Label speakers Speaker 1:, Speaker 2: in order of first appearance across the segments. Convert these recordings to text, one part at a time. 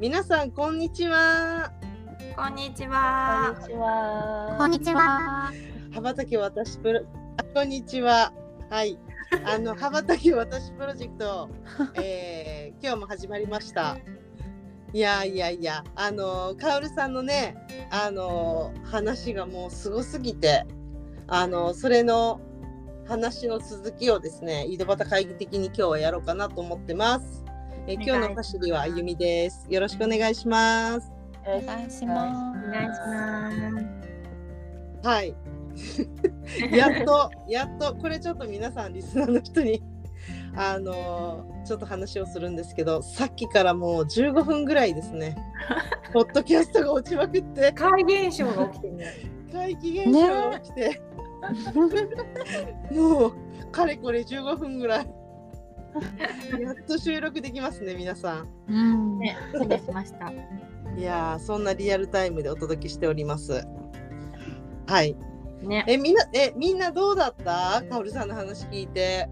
Speaker 1: 皆さんこんにちは
Speaker 2: こんにちは
Speaker 3: こんにちは。
Speaker 4: こんにちは。
Speaker 1: 羽ばたけ私プロあこんにちははいあの羽ばたけ私プロジェクト、えー、今日も始まりましたいやいやいやあのカオルさんのねあの話がもうすごすぎてあのそれの話の続きをですね井戸端会議的に今日はやろうかなと思ってますえー今日のパシリはあゆみですよろしくお願いします
Speaker 3: お
Speaker 4: お願いします
Speaker 3: お願いします。
Speaker 1: はいやっとやっとこれちょっと皆さんリスナーの人にあのーちょっと話をするんですけどさっきからもう15分ぐらいですねポッドキャストが落ちまくって
Speaker 3: 怪現象が起きてるね。
Speaker 1: 怪奇現象が起きて、もうかれこれ15分ぐらいやっと収録できますね皆さん
Speaker 4: うん
Speaker 3: ね
Speaker 4: 失礼しました。
Speaker 1: いやーそんなリアルタイムでお届けしておりますはい
Speaker 3: ね。
Speaker 1: えみんなえみんなどうだったかおるさんの話聞いて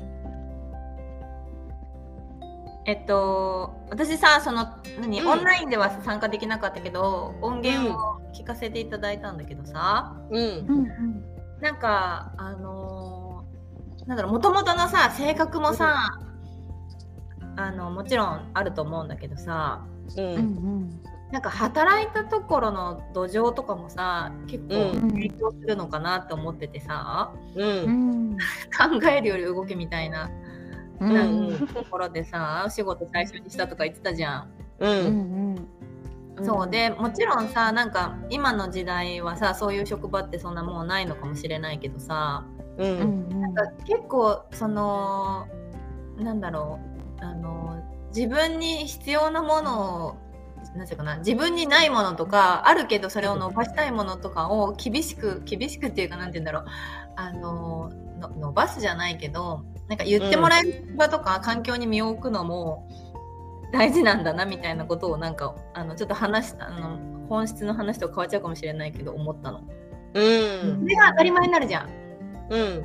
Speaker 3: えっと私さその何、
Speaker 1: うん
Speaker 3: オンラインでは参加できなかったけど音源を聞かせていただいたんだけどさ、
Speaker 1: うん
Speaker 4: うんうん。
Speaker 3: なんかあのーなんだろう元々のさ性格もさ、あのもちろんあると思うんだけどさ
Speaker 1: う
Speaker 4: うんん
Speaker 3: なんか働いたところの土壌とかもさ結構
Speaker 4: うん
Speaker 3: 影響するのかなって思っててさ、
Speaker 1: う
Speaker 4: うんん。
Speaker 3: 考えるより動けみたいな
Speaker 4: う
Speaker 1: うん
Speaker 4: ん
Speaker 1: うん
Speaker 3: ところでさお仕事最初にしたとか言ってたじゃん。
Speaker 1: う
Speaker 4: うんんうん。
Speaker 3: そうでもちろんさなんか今の時代はさそういう職場ってそんなもうないのかもしれないけどさ
Speaker 1: う
Speaker 4: うんんうん。
Speaker 3: なんか結構そのなんだろうあの自分に必要なものをなんていうかな自分にないものとかあるけどそれを伸ばしたいものとかを厳しく厳しくっていうかなんて言うんだろうあのの伸ばすじゃないけどなんか言ってもらえる場とか環境に身を置くのも大事なんだなみたいなことをなんかあのちょっと話したあの本質の話と変わっちゃうかもしれないけど思ったの。
Speaker 1: うん
Speaker 3: それが当たり前になるじゃん。
Speaker 1: うん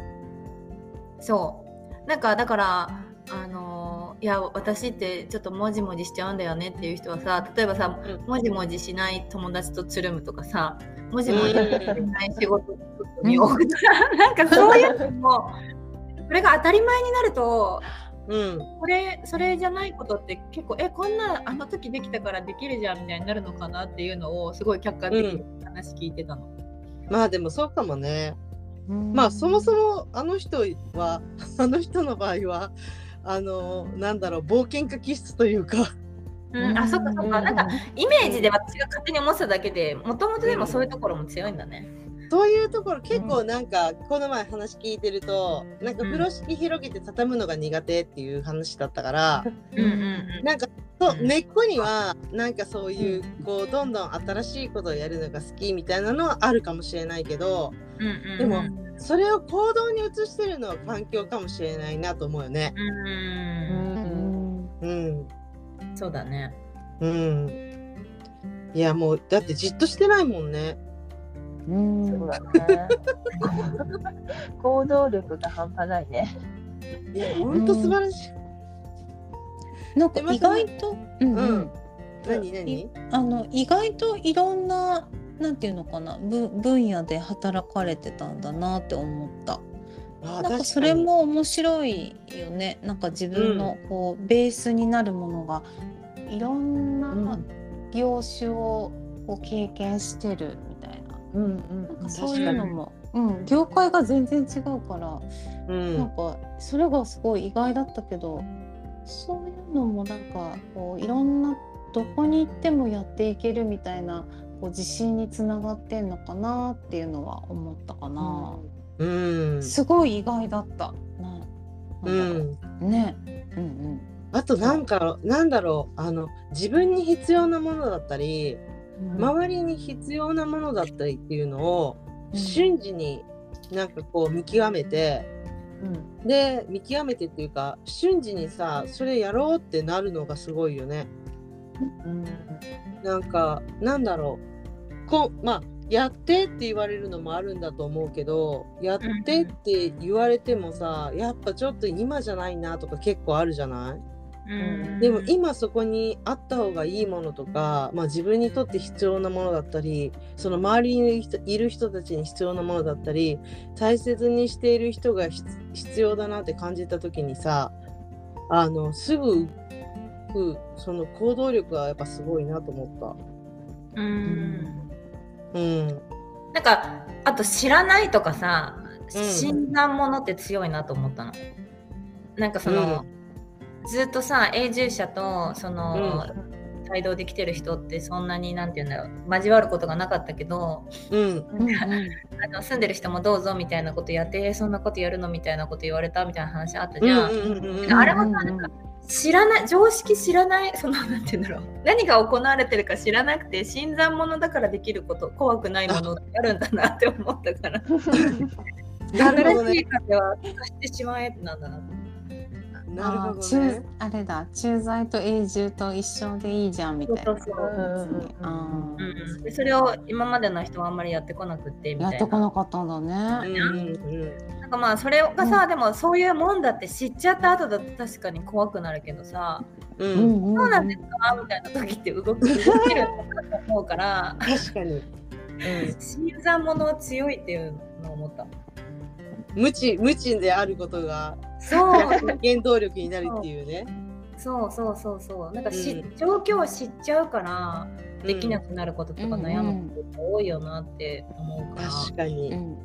Speaker 3: そうなんかだからあのーいや私ってちょっともじもじしちゃうんだよねっていう人はさ例えばさ
Speaker 1: うん
Speaker 3: もじもじしない友達とつるむとかさもじもじしない仕事に
Speaker 4: うん
Speaker 3: 置くとか なんかそういうのもこれが当たり前になると
Speaker 1: うん
Speaker 3: これそれじゃないことって結構えこんなあの時できたからできるじゃんみたいになるのかなっていうのをすごい客観的に話聞いてたの。
Speaker 1: まあでもそうかもね
Speaker 4: うん
Speaker 1: まあそもそもあの人はあの人の場合はあのなんだろう冒険家気質というか
Speaker 3: うん、あそっかそっかなんか
Speaker 4: うん
Speaker 3: イメージで私が勝手に思ってただけでもともとでもそういうところも強いんだね。
Speaker 1: そういうところ結構なんかこの前話聞いてるとなんか風呂敷広げて畳むのが苦手っていう話だったから
Speaker 3: うんうんうん
Speaker 1: なんかそう
Speaker 3: うん
Speaker 1: 根っこにはなんかそういうこうどんどん新しいことをやるのが好きみたいなのはあるかもしれないけど
Speaker 3: うんうんうん
Speaker 1: でもそれを行動に移してるのは環境かもしれないなと思うよね。
Speaker 3: うん
Speaker 4: うん
Speaker 1: うん、
Speaker 3: そうだね。
Speaker 1: うん、いやもうだってじっとしてないもんね。
Speaker 4: うん
Speaker 3: そうだね。
Speaker 5: 行動力が半端ないね。
Speaker 1: いや本当素晴らしい。
Speaker 4: なんか
Speaker 1: でも
Speaker 4: 意外とうん
Speaker 1: う
Speaker 4: うんん
Speaker 1: 何何？
Speaker 4: あの意外といろんななんていうのかなぶ分野で働かれてたんだなって思った。
Speaker 1: あ
Speaker 4: なんかそれ。も面白いよねなんか自分のこう、ベースになるものがいろんな業種をこう経験してるみたいな,、
Speaker 5: うん
Speaker 4: なん
Speaker 5: う
Speaker 4: か
Speaker 5: ん。
Speaker 4: そういうのも、うん、業界が全然違うから、
Speaker 1: 確かにう
Speaker 4: なん
Speaker 1: ん。
Speaker 4: かそれがすごい意外だったけどそういうのもなんかこういろんなどこに行ってもやっていけるみたいなこう自信につながってんのかなっていうのは思ったかな。
Speaker 1: うん。
Speaker 4: すごい意外だった。
Speaker 1: う。
Speaker 4: ななんだろうんね。うん
Speaker 1: あとなんかなんだろうあの自分に必要なものだったり周りに必要なものだったりっていうのを
Speaker 4: うん
Speaker 1: 瞬時になんかこう見極めて
Speaker 4: うん
Speaker 1: で見極めてっていうか瞬時にさそれやろうってなるのがすごいよね。
Speaker 5: うん
Speaker 1: なんかなんだろうこうまあやってって言われるのもあるんだと思うけどやってって言われてもさやっぱちょっと今じゃないなとか結構あるじゃないでも今そこにあった方がいいものとか、まあ、自分にとって必要なものだったりその周りにいる人いる人たちに必要なものだったり大切にしている人が必必要だなって感じた時にさあのすぐ動くその行動力がやっぱすごいなと思
Speaker 3: うんうん
Speaker 1: った。うん、
Speaker 3: なんかあと知らないとかさ
Speaker 1: うん
Speaker 3: 診断ものって強いなと思ったの。なんかその、ずっとさ永住者とその、帯同できてる人ってそんなになんて言うんだろう交わることがなかったけど
Speaker 1: うん、
Speaker 4: うんうん
Speaker 3: あの住んでる人もどうぞみたいなことやってえーそんなことやるのみたいなこと言われたみたいな話あったじゃん。
Speaker 1: うんうんうんうん
Speaker 3: あれもさなんか知らない常識知らないそのなんて言うんだろう 何が行われてるか知らなくて新参者だからできること怖くないものってあるんだなって思ったから
Speaker 1: なるほど
Speaker 3: 新
Speaker 1: ね
Speaker 3: しい。風は探してしまえなんだなって
Speaker 1: なるほ
Speaker 4: あー
Speaker 1: どね
Speaker 4: 駐。あれだ駐在と永住と一緒でいいじゃんみたいな
Speaker 3: そうそう
Speaker 4: やつに
Speaker 5: うん
Speaker 4: あ
Speaker 3: う
Speaker 4: ー
Speaker 3: ん、でそれを今までの人はあんまりやってこなくってみ
Speaker 4: や
Speaker 3: た
Speaker 4: っ
Speaker 3: い
Speaker 4: てこ
Speaker 3: な
Speaker 4: なかったんだね。
Speaker 1: うんうんうん
Speaker 3: なんかまあそれがさ、でもそういうもんだって知っちゃった後だと確かに怖くなるけどさ
Speaker 1: う、
Speaker 4: うんんうん
Speaker 3: そううなん
Speaker 4: ん
Speaker 3: ですかみたいな時って動く動けると思うから
Speaker 1: 確かに。
Speaker 3: 新参者は強いっていうのを思った。
Speaker 1: 無知無知であることが
Speaker 3: そう
Speaker 1: 原動力になるっていうね。
Speaker 3: そうそうそうそうなんかし、
Speaker 1: うん
Speaker 3: 状況を知っちゃうからできなくなることとか
Speaker 4: うん
Speaker 3: 悩むことが多いよなって思うから、
Speaker 1: 確か
Speaker 4: う
Speaker 1: に。
Speaker 4: ん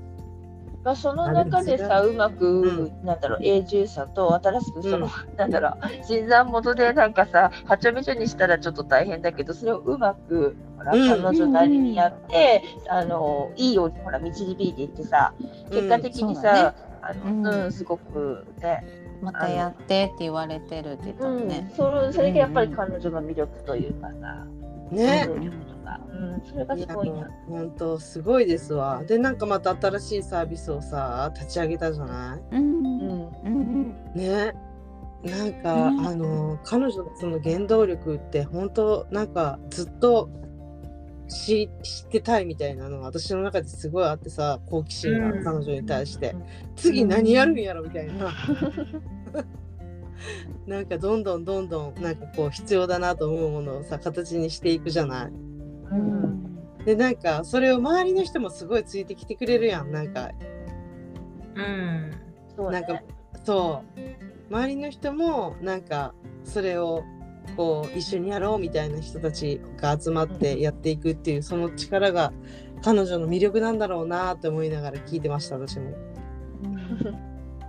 Speaker 5: まあ、その中でさ
Speaker 1: あ
Speaker 5: うまく、なんだろう永住者と新しくその、なんだろう新参元でなんかさはちゃめちゃにしたらちょっと大変だけどそれをうまくほら
Speaker 1: うん
Speaker 5: 彼女なりにやって、あのいいようにほら導いていってさ結果的にさ、
Speaker 4: うん
Speaker 5: あ
Speaker 4: そうだね
Speaker 5: の
Speaker 4: う
Speaker 5: うんん、すごくね、
Speaker 4: またやってって言われてるって言った
Speaker 5: う
Speaker 4: もん
Speaker 5: ん
Speaker 4: ね。
Speaker 5: それそれがやっぱり彼女の魅力というかさ、
Speaker 1: ね。
Speaker 5: 行動力とか、うん、それが
Speaker 1: い
Speaker 5: す
Speaker 1: や
Speaker 5: ごいな。
Speaker 1: 本当すごいですわ。でなんかまた新しいサービスをさ立ち上げたじゃな
Speaker 4: うんう
Speaker 5: う
Speaker 4: ん
Speaker 5: ん
Speaker 4: うん
Speaker 1: い。ね。なんか、
Speaker 4: うん
Speaker 1: あの彼女のその原動力って本当なんかずっと知知ってたいみたいなのが私の中ですごいあってさ好奇心が
Speaker 3: うん
Speaker 1: 彼女に対して、次何やるんやろみたいな。 なんかどんどんどんどんなんかこう必要だなと思うものをさ形にしていくじゃない。
Speaker 5: う
Speaker 4: うんん
Speaker 1: でなんかそれを周りの人もすごいついてきてくれるやんなんか
Speaker 3: うん
Speaker 5: そう
Speaker 1: な
Speaker 5: ね
Speaker 1: んかそう周りの人もなんかそれをこう一緒にやろうみたいな人たちが集まってやっていくっていうその力が彼女の魅力なんだろうなって思いながら聞いてました私も。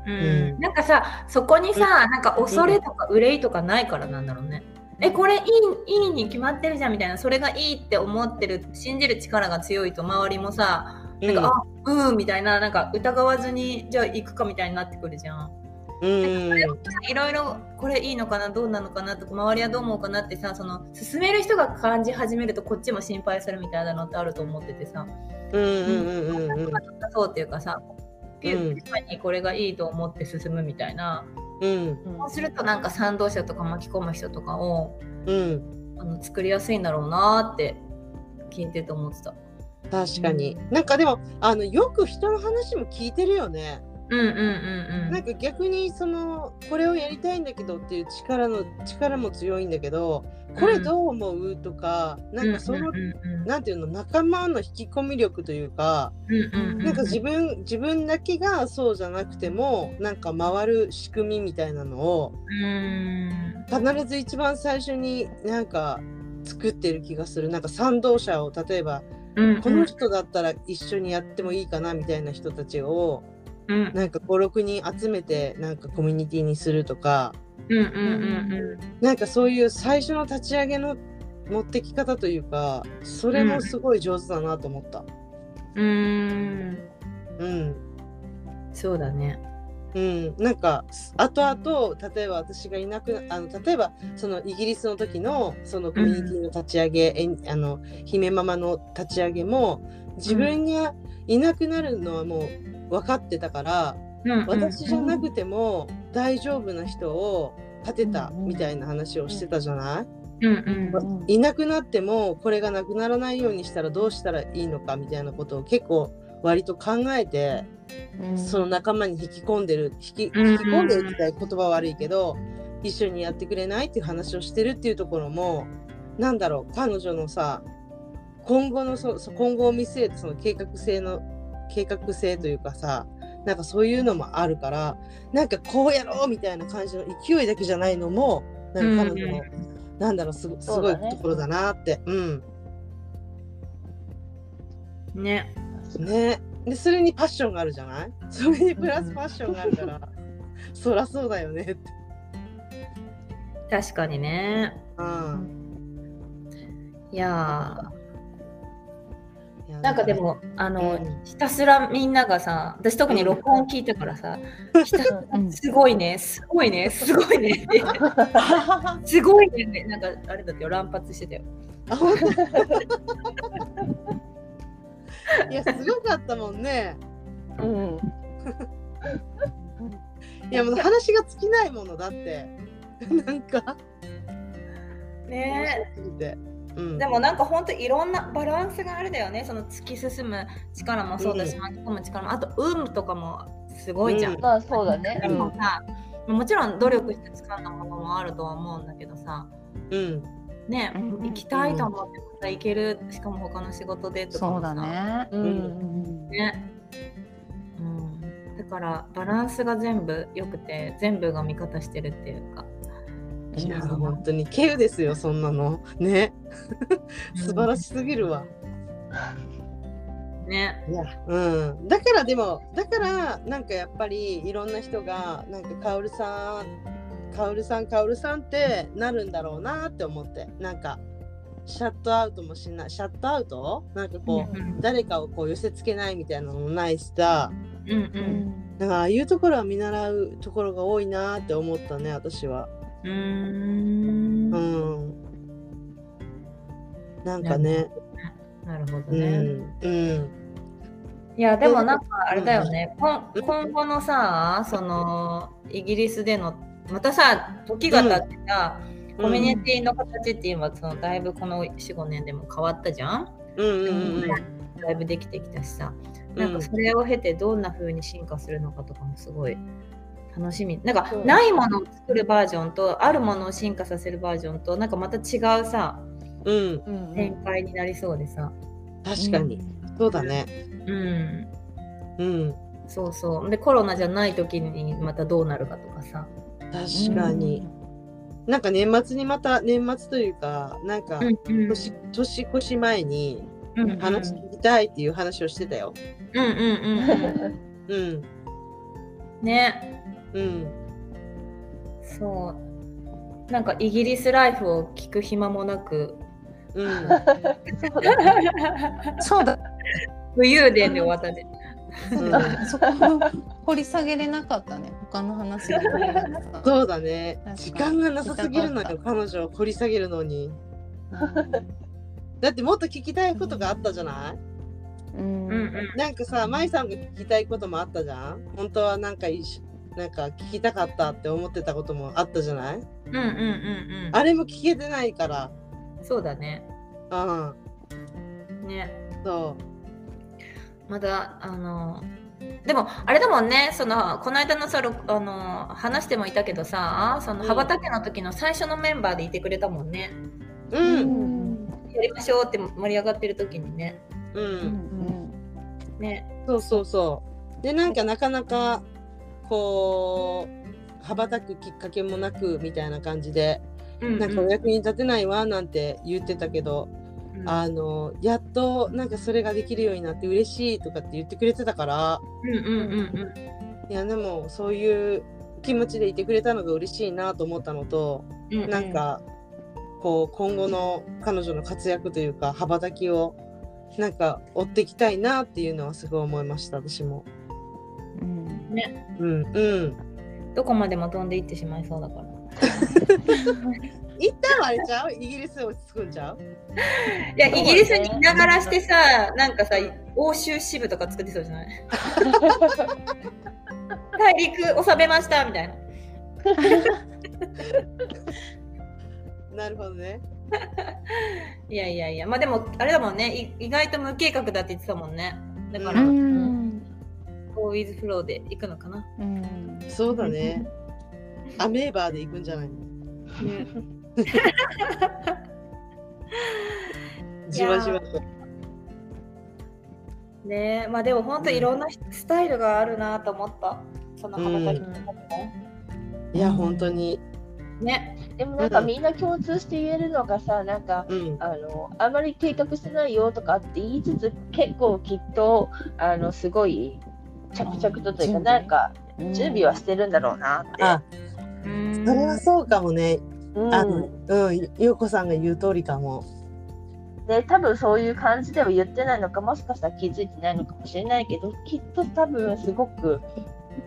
Speaker 3: うんなんかさそこにさなんか恐れとか憂いとかないからなんだろうね。えこれいいいいに決まってるじゃんみたいなそれがいいって思ってる信じる力が強いと周りもさなんか、あうんみたいななんか疑わずにじゃあ行くかみたいになってくるじゃん。
Speaker 1: うん
Speaker 3: いろいろこれいいのかなどうなのかなとか周りはどう思うかなってさその進める人が感じ始めるとこっちも心配するみたいなのってあると思っててさ
Speaker 1: うんうんうんうんうん
Speaker 3: そうっていうかさピュ
Speaker 1: うん
Speaker 3: ッピュッにこれがいいと思って進むみたいな、
Speaker 1: うん
Speaker 3: そうするとなんか賛同者とか巻き込む人とかを
Speaker 1: うん
Speaker 3: あの作りやすいんだろうなって聞いてて思ってた。
Speaker 1: 確かに、なんかでもあのよく人の話も聞いてるよね。
Speaker 3: うんうんうんう
Speaker 1: なん
Speaker 3: ん
Speaker 1: か逆にそのこれをやりたいんだけどっていう力の力も強いんだけどこれどう思うとかなんかその
Speaker 3: うんうん
Speaker 1: なんていうの仲間の引き込み力というか
Speaker 3: うんうんうん
Speaker 1: なんか自分自分だけがそうじゃなくてもなんか回る仕組みみたいなのを
Speaker 3: うん
Speaker 1: 必ず一番最初になんか作ってる気がするなんか賛同者を例えば
Speaker 3: うん
Speaker 1: この人だったら一緒にやってもいいかなみたいな人たちを
Speaker 3: うんうん
Speaker 1: なんか56人集めてなんかコミュニティにするとか。
Speaker 3: うんうんうん
Speaker 1: なんかそういう最初の立ち上げの持ってき方というかそれもすごい上手だなと思った。
Speaker 3: うんうん
Speaker 1: うん、
Speaker 3: そうだね
Speaker 1: うん、なんか後々例えば私がいなくなあの例えばそのイギリスの時のそのコミュニティの立ち上げ、えんあの姫ママの立ち上げも自分がいなくなるのはもう分かってたから、私じゃなくても大丈夫な人を立てた
Speaker 4: うんうん
Speaker 1: みたいな話をしてたじゃない、
Speaker 3: うんうん
Speaker 4: うん
Speaker 1: いなくなってもこれがなくならないようにしたらどうしたらいいのかみたいなことを結構割と考えて。
Speaker 4: うん
Speaker 1: その仲間に引き込んでる引き引き
Speaker 3: うん
Speaker 1: 込んでるって言ったら言葉悪いけど一緒にやってくれないっていう話をしてるっていうところもなんだろう彼女のさ今後のそそ今後を見据えてその計画性の計画性というかさなんかそういうのもあるからなんかこうやろうみたいな感じの勢いだけじゃないのもなんか彼女の、なんだろうすごすごい
Speaker 5: そうだね
Speaker 1: ところだなってうん
Speaker 3: うんね
Speaker 1: ねでそれにパッションがあるじゃないそれにプラスパッションがあるからそらそうだよねって、
Speaker 3: 確かにね
Speaker 1: うん、
Speaker 3: いや
Speaker 1: い
Speaker 3: ー
Speaker 1: や
Speaker 3: なんかでもあの、
Speaker 1: うん
Speaker 3: ひたすらみんながさ私特に録音聞いたからさ、ひたすら
Speaker 4: うん
Speaker 3: すごいねすごいねすごいねってすごいねなんかあれだってよ乱発してたよ
Speaker 1: あ本当 いやすごかったもんね
Speaker 4: うん
Speaker 1: いやもう話が尽きないものだってなんか面
Speaker 3: ね
Speaker 1: 白すぎて、うん、
Speaker 3: でもなんかほんといろんなバランスがあれだよねその突き進む力もそうだし、巻き込む力もあと運とかもすごいじゃん、
Speaker 1: うん
Speaker 5: まあそうだね
Speaker 3: で。もさもちろん努力して掴んだものもあるとは思うんだけどさ
Speaker 1: うん
Speaker 3: ね、
Speaker 4: うん
Speaker 3: 行きたいと思ってまた行けるしかも他の仕事でとか
Speaker 4: そ
Speaker 3: も
Speaker 4: うだ
Speaker 3: さ
Speaker 4: ね。
Speaker 5: う
Speaker 4: うんん
Speaker 3: ね、うん、だからバランスが全部良くて全部が味方してるっていうか
Speaker 1: いや本当に稀有ですよそんなのね素晴らしすぎるわ
Speaker 3: ね
Speaker 1: いや、うん、だからでもだからなんかやっぱりいろんな人がなんかカオルさんカオルさんカオルさんってなるんだろうなって思ってなんかシャットアウトもしないシャットアウトなんかこう、
Speaker 3: うん
Speaker 1: 誰かをこう寄せつけないみたいなのもないしさ
Speaker 3: うんう
Speaker 4: うんん
Speaker 1: なんかああいうところは見習うところが多いなって思ったね私は。
Speaker 3: うーん
Speaker 1: う
Speaker 3: なん
Speaker 1: なんかね、
Speaker 3: るほど
Speaker 1: う
Speaker 3: ね、
Speaker 1: ん、うん、
Speaker 3: いやでもなんかあれだよね、こん今後のさそのイギリスでのまたさ時が経ってさ、コミュニティの形って今そのだいぶこの45年でも変わったじゃん
Speaker 1: うんうんうん
Speaker 3: だいぶできてきたしさ
Speaker 1: う
Speaker 3: なん
Speaker 1: ん
Speaker 3: かそれを経てどんな風に進化するのかとかもすごい楽しみなんか
Speaker 5: そう
Speaker 3: ないものを作るバージョンとあるものを進化させるバージョンとなんかまた違うさ
Speaker 1: うん、
Speaker 4: うん
Speaker 3: 展開になりそうでさ
Speaker 1: 確かに、。そうだね。
Speaker 3: うん
Speaker 1: うん、
Speaker 3: そうそうでコロナじゃない時にまたどうなるかとかさ
Speaker 1: 確かに。なんか年末にまた年末というかなんか
Speaker 3: うん
Speaker 1: 年,、年越し前に
Speaker 3: うんうん
Speaker 1: 話聞きたいっていう話をしてたよ。
Speaker 3: うんうんうん
Speaker 1: うん
Speaker 3: ね
Speaker 1: うん
Speaker 3: そうなんかイギリスライフを聞く暇もな く
Speaker 1: うん
Speaker 5: そうだね。
Speaker 4: そうだ。
Speaker 3: 武勇伝で終わったね
Speaker 1: うん
Speaker 4: そこ掘り下げれなかったね。他の話が取り上げた。
Speaker 1: そうだね
Speaker 4: 確かに
Speaker 1: 時間がなさすぎるの
Speaker 4: 聞
Speaker 1: よ
Speaker 4: き
Speaker 1: 彼女を掘り下げるのにだってもっと聞きたいことがあったじゃない
Speaker 4: う
Speaker 3: う
Speaker 4: ん。
Speaker 3: んうん
Speaker 1: なんかさ舞さんが聞きたいこともあったじゃん本当はなんか一緒なんか聞きたかったって思ってたこともあったじゃない
Speaker 3: うんうんうんうん
Speaker 1: あれも聞けてないから
Speaker 3: そうだね
Speaker 1: うん
Speaker 3: ね
Speaker 1: そ
Speaker 3: まだあのでもあれだもんねそのこの間のさろあの話してもいたけどさその
Speaker 1: うん
Speaker 3: 羽ばたけの時の最初のメンバーでいてくれたもんね、
Speaker 1: ううん
Speaker 3: やりましょうって盛り上がってる時にね
Speaker 1: う
Speaker 4: うんん
Speaker 3: ね
Speaker 1: そうそうそう。でなんかなかなかこう羽ばたくきっかけもなくみたいな感じで
Speaker 3: うん
Speaker 1: なんかお役に立てないわなんて言ってたけど、
Speaker 3: うん
Speaker 1: あのやっとなんかそれができるようになって嬉しいとかって言ってくれてたから
Speaker 3: うんうんうんうん
Speaker 1: いやでもそういう気持ちでいてくれたのが嬉しいなと思ったのと、
Speaker 3: うん
Speaker 1: なんかこう今後の彼女の活躍というか羽ばたきをなんか追っていきたいなっていうのはすごい思いました私も。
Speaker 4: うん。
Speaker 3: ね
Speaker 1: うんうん
Speaker 3: どこまでも飛んでいってしまいそうだから
Speaker 1: 一旦あれちゃうイギリス落ち着くんちゃう
Speaker 3: いやイギリスにいながらしてさなんかさ欧州支部とか作ってそうじゃない 大陸収めましたみたいな
Speaker 1: なるほどね
Speaker 3: いやいやいやまあでもあれだもんねい意外と無計画だって言ってたもんねだから、
Speaker 1: う
Speaker 3: うんん、こうウィズフローで行くのかな
Speaker 4: うん
Speaker 1: そうだねアメーバーで行くんじゃないのじわじわと
Speaker 3: ねえまあでも本当いろんなスタイルがあるなと思ったその羽ばたき方も
Speaker 1: いや本当に
Speaker 3: ね
Speaker 5: でもなんか
Speaker 1: うん
Speaker 5: みんな共通して言えるのがさ、なんか
Speaker 1: うん
Speaker 5: あのあまり計画してないよとかって言いつつ結構きっとあのすごい着々とというか
Speaker 4: うん
Speaker 5: なんか
Speaker 4: うん
Speaker 5: 準備はしてるんだろうなって。
Speaker 1: あ
Speaker 3: うん
Speaker 1: それはそうかもね
Speaker 5: うん
Speaker 1: あのうんゆうこさんが言う通りかも
Speaker 5: で多分そういう感じでは言ってないのかもしかしたら気づいてないのかもしれないけどきっと多分すごく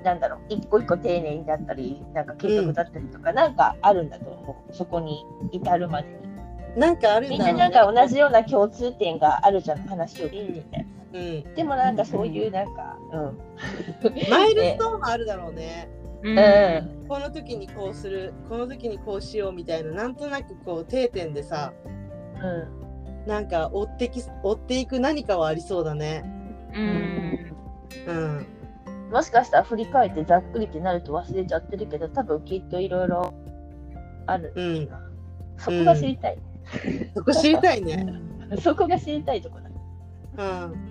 Speaker 5: なんだろう一個一個丁寧にだったりなんか計画だったりとか、なんかあるんだと思うそこに至るまでに
Speaker 1: なんかある
Speaker 5: み
Speaker 1: ん
Speaker 5: んな
Speaker 1: だ
Speaker 5: な
Speaker 1: ろ
Speaker 5: んか同じような共通点があるじゃん話を聞いてて、
Speaker 1: うね
Speaker 5: でもなんかそういうなんかうん
Speaker 1: うんマイルストーンもあるだろうね
Speaker 3: うん
Speaker 5: うん、
Speaker 1: この時にこうするこの時にこうしようみたいななんとなくこう定点でさ
Speaker 5: うん
Speaker 1: なんか追ってき追っていく何かはありそうだね
Speaker 3: うん
Speaker 1: うん
Speaker 5: もしかしたら振り返ってざっくりってなると忘れちゃってるけど多分きっといろいろある、
Speaker 1: うん
Speaker 5: そこが知りたい、
Speaker 1: そこ知りたいね
Speaker 5: そこが知りたいところだ
Speaker 1: うん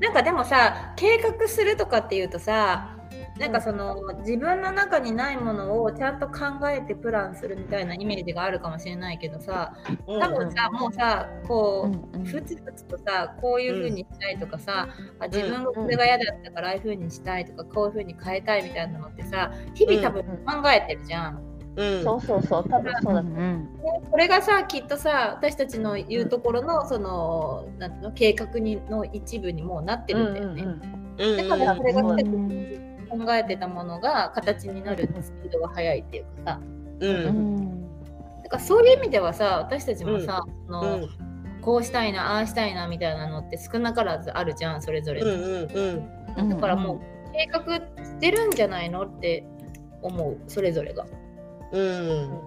Speaker 3: なんかでもさ計画するとかっていうとさなんかその自分の中にないものをちゃんと考えてプランするみたいなイメージがあるかもしれないけどさ
Speaker 1: うん
Speaker 3: 多分さもうさこう、
Speaker 4: うん
Speaker 3: ふつふつとさこういう風にしたいとかさ、あ自分がこれが嫌だったからああいう風にしたいとかこういう風に変えたいみたいなのってさ日々多分考えてるじゃん。
Speaker 1: うん
Speaker 5: そうそうそう、多分そうだと思う。
Speaker 3: でこれがさきっとさ私たちの言うところのそのなんていうの計画にの一部にもうなってるんだよね。
Speaker 1: うん
Speaker 3: だからこれが
Speaker 5: うん
Speaker 3: 来
Speaker 5: う
Speaker 3: て
Speaker 5: ん
Speaker 3: 考えてたものが形になるスピードが速いっていうかさ
Speaker 1: うん
Speaker 3: だからそういう意味ではさ私たちもさ、そうの
Speaker 1: ん
Speaker 3: こうしたいなああしたいなみたいなのって少なからずあるじゃんそれぞれ
Speaker 1: うん
Speaker 3: に。
Speaker 1: うんうん
Speaker 4: うん
Speaker 3: だからもう計画してるんじゃないのって思うそれぞれが。
Speaker 1: うん
Speaker 3: うん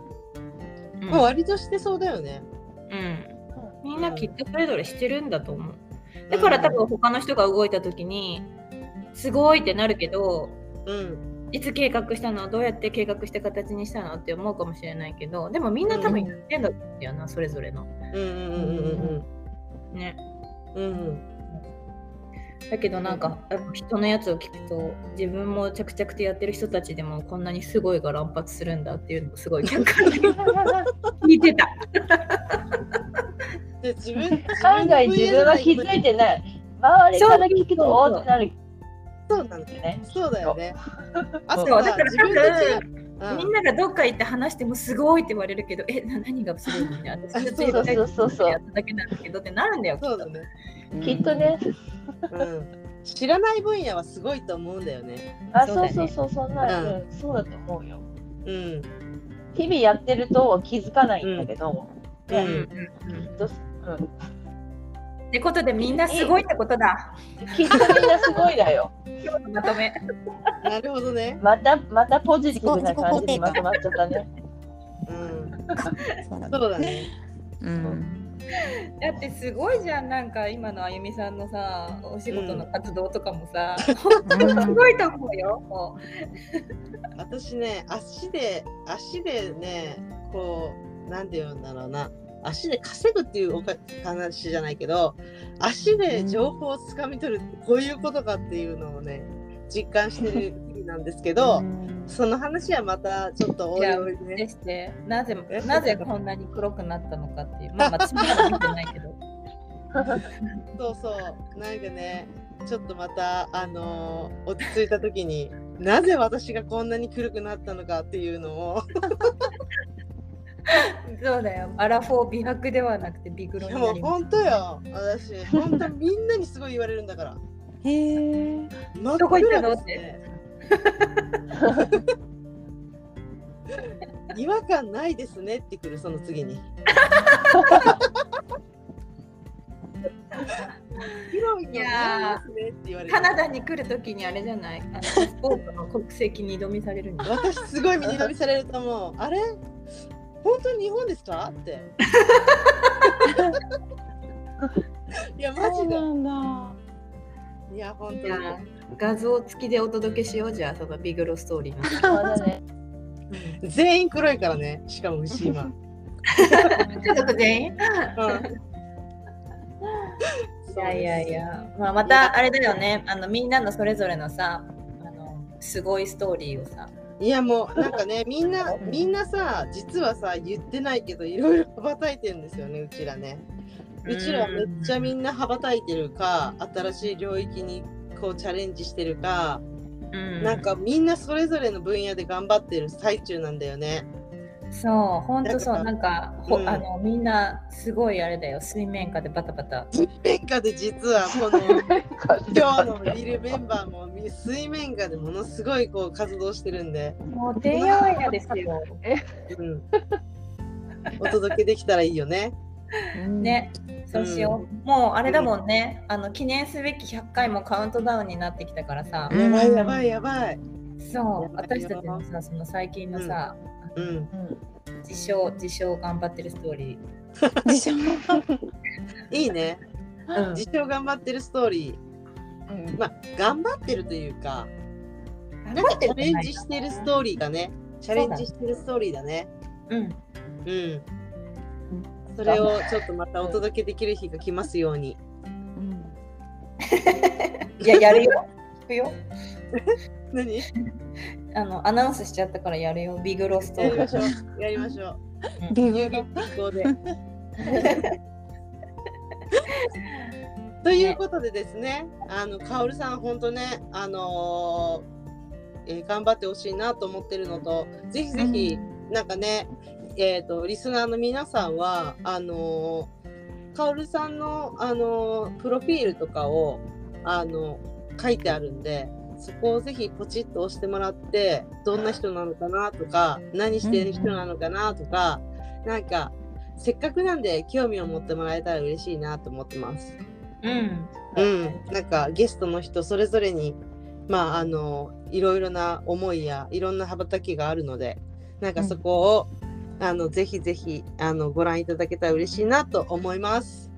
Speaker 1: まあ割としてそうだよね
Speaker 3: うんみんなきっとそれぞれしてるんだと思う。だから多分他の人が動いた時にすごいってなるけど
Speaker 1: うん
Speaker 3: いつ計画したのどうやって計画して形にしたのって思うかもしれないけどでもみんな多分やってんだよなそれぞれの。
Speaker 1: うんうんうんうん
Speaker 3: ね、
Speaker 1: うんうん
Speaker 3: だけどなんかやっぱ人のやつを聞くと自分も着々とやってる人たちでもこんなにすごいが乱発するんだっていうのをすごい客観的に聞いてた。
Speaker 1: で自分
Speaker 5: 案外自分は気づいてない。周りから聞
Speaker 3: そうそ
Speaker 5: くと
Speaker 3: うそう
Speaker 5: おーってなる
Speaker 1: そうなんだ
Speaker 5: よね。
Speaker 1: そうだよねあ
Speaker 3: そう
Speaker 1: は
Speaker 3: だから
Speaker 1: 自分たちがうん
Speaker 3: みんながどっか行って話してもすごいって言われるけど、え、な何がすごいの私
Speaker 1: あ
Speaker 3: ずっとやった
Speaker 5: そうそうそうそう
Speaker 3: やっただけなんだけどってなるんだよ。
Speaker 1: そうだね
Speaker 5: きっとね。
Speaker 1: うん知らない分野はすごいと思うんだよね。
Speaker 5: あ、
Speaker 3: そう
Speaker 5: そ
Speaker 3: だ
Speaker 5: う
Speaker 3: ね
Speaker 5: そうそう、そんな、
Speaker 1: うん
Speaker 5: うんそうだと思うよ。
Speaker 1: うん、
Speaker 5: 日々やってると気づかないんだけど、
Speaker 1: う
Speaker 3: うん
Speaker 1: ん、
Speaker 3: うん
Speaker 5: どうすうん
Speaker 3: うんってことでみんなすごいってことだ。
Speaker 5: きっとみんなすごいだよ。
Speaker 3: 今日のまとめ。
Speaker 1: なるほどね。
Speaker 5: また、またポジティブな感じにまとまっちゃったね。
Speaker 1: うん、
Speaker 4: そうだね
Speaker 1: そうだね。
Speaker 4: うん
Speaker 3: だってすごいじゃん、なんか今のあゆみさんのさ、お仕事の活動とかもさ、すごいと思うよ。も
Speaker 1: 私ね、足で、足でね、こう、なんて言うんだろうな。足で稼ぐっていうおか話じゃないけど、足で情報をつかみ取るってこういうことかっていうのをね、実感してる日々なんですけど、その話はまたちょっと
Speaker 3: う
Speaker 1: おいおい
Speaker 3: で
Speaker 1: ね。
Speaker 3: して、なぜ
Speaker 1: え、
Speaker 3: なぜこんなに黒くなったのかっていう、まあまあ、つまりは見てない けど。
Speaker 1: そうそう。なんかね、ちょっとまた、あのー落ち着いた時に、なぜ私がこんなに黒くなったのかっていうのを、
Speaker 3: そうだよ。アラフォー美白ではなくて美黒
Speaker 1: いや
Speaker 3: にな
Speaker 1: もう
Speaker 3: ります。
Speaker 1: 本当よ私本当みんなにすごい言われるんだから
Speaker 4: へえ
Speaker 1: 真っ
Speaker 3: どこ行った
Speaker 1: 暗
Speaker 3: の
Speaker 1: で
Speaker 3: っ
Speaker 1: す
Speaker 3: て
Speaker 1: ね 違和感ないですねってくるその次 に。広いのないですねって言われる
Speaker 3: カナダに来るときにあれじゃないあのスポーツの国籍に挑みされるんだ
Speaker 1: 私すごい身に伸びされると思う。あれ本当に日本ですか って。いやマ
Speaker 4: そ
Speaker 1: ジ
Speaker 4: う
Speaker 1: で
Speaker 4: なんだ。
Speaker 1: いや本
Speaker 3: い
Speaker 1: 当
Speaker 3: や
Speaker 1: に。
Speaker 3: 画像付きでお届けしようじゃあそのビグロストーリーの。
Speaker 5: そうだね。
Speaker 1: 全員黒いからねしかも牛今、
Speaker 3: 家族全員
Speaker 1: うん、
Speaker 3: いやいやいや、まあ、またあれだよねあのみんなのそれぞれのさあのすごいストーリーをさ
Speaker 1: いやもうなんかねみんなみんなさ実はさ言ってないけどいろいろ羽ばたいてるんですよねうちらねうちらめっちゃみんな羽ばたいてるか新しい領域にこうチャレンジしてるか、なんかみんなそれぞれの分野で頑張ってる最中なんだよね
Speaker 3: そう本当そうな
Speaker 1: なん
Speaker 3: かほ、
Speaker 1: うん
Speaker 3: あのみんなすごいあれだよ水面下でバタバタ
Speaker 1: 変化で実はこ の今日のビルメンバーもみ水面下でものすごいこう活動してるんで、
Speaker 3: もうてんやわんやですよ
Speaker 1: うん、お届けできたらいいよね
Speaker 3: ねそうしよう、もうあれだもんねあの記念すべき100回もカウントダウンになってきたからさ、
Speaker 4: うん
Speaker 1: やばいやばいやばい
Speaker 3: そう私たちのさその最近のさ、
Speaker 1: うん
Speaker 3: 自称自称頑張ってるストーリ
Speaker 4: 自称。
Speaker 1: いいね
Speaker 3: ー、
Speaker 1: 自称頑張ってるストーリ ーまあ頑張ってるというか
Speaker 3: 頑
Speaker 1: なん
Speaker 3: 張
Speaker 1: か
Speaker 3: っ
Speaker 1: チ
Speaker 3: て
Speaker 1: ャ
Speaker 3: る
Speaker 1: レンジしてるストーリーだねチャレンジしてるストーリーだね
Speaker 3: うん
Speaker 1: うんそれをちょっとまたお届けできる日が来ますように
Speaker 4: うん
Speaker 3: い ややるよ聞くよ
Speaker 1: 何
Speaker 3: あのアナウンスしちゃったからやるよビグロスト
Speaker 1: やり
Speaker 3: ーリ
Speaker 1: ましょ
Speaker 3: ー
Speaker 1: うやりましょう
Speaker 4: ビ
Speaker 1: 有
Speaker 4: グ
Speaker 1: 言
Speaker 4: ロ。
Speaker 1: 実行で。 ということでですね、あのカオルさん本当ね、あのーえー頑張ってほしいなと思ってるのと、ぜひぜひ、なんかね、えっ、とリスナーの皆さんはあのーカオルさんのあのープロフィールとかをあの書いてあるんで。そこをぜひポチッと押してもらってどんな人なのかなとか何してる人なのかなとか、なんかせっかくなんで興味を持ってもらえたら嬉しいなと思ってます。
Speaker 3: うん
Speaker 1: うん、なんかゲストの人それぞれにまああのいろいろな思いやいろんな羽ばたきがあるのでなんかそこを、あのぜひぜひあのご覧いただけたら嬉しいなと思います。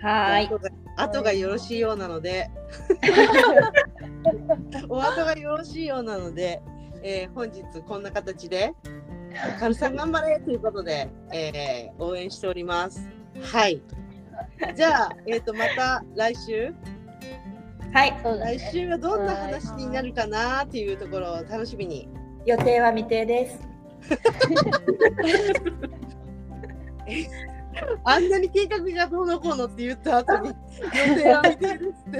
Speaker 3: はーい
Speaker 1: 後が後がよろしいようなのでお後がよろしいようなので、えー本日こんな形で「カルさん頑張れ!」ということで、えー応援しております。はいじゃあ、えー、とまた来週
Speaker 3: はい
Speaker 5: そうだ
Speaker 1: 来
Speaker 5: ね。
Speaker 1: 週はどんな話になるかなっていうところを楽しみに、
Speaker 3: 予定は未定です
Speaker 1: あんなに計画がどうのこうのって言った後に予定は見てるっつって、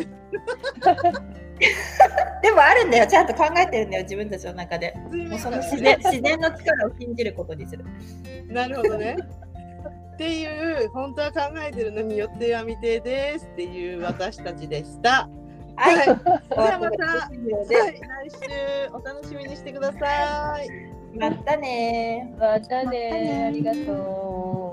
Speaker 3: でもあるんだよちゃんと考えてるんだよ自分たちの中でもうその自然自然の力を信じることにする。
Speaker 1: なるほどね。っていう本当は考えてるのに予定は未定ですっていう私たちでした。
Speaker 3: はい。
Speaker 1: はい
Speaker 3: じ
Speaker 1: ゃあまたは
Speaker 3: で
Speaker 1: い、来週お楽しみにしてください。
Speaker 3: またねー。
Speaker 5: またねー。ありがとう。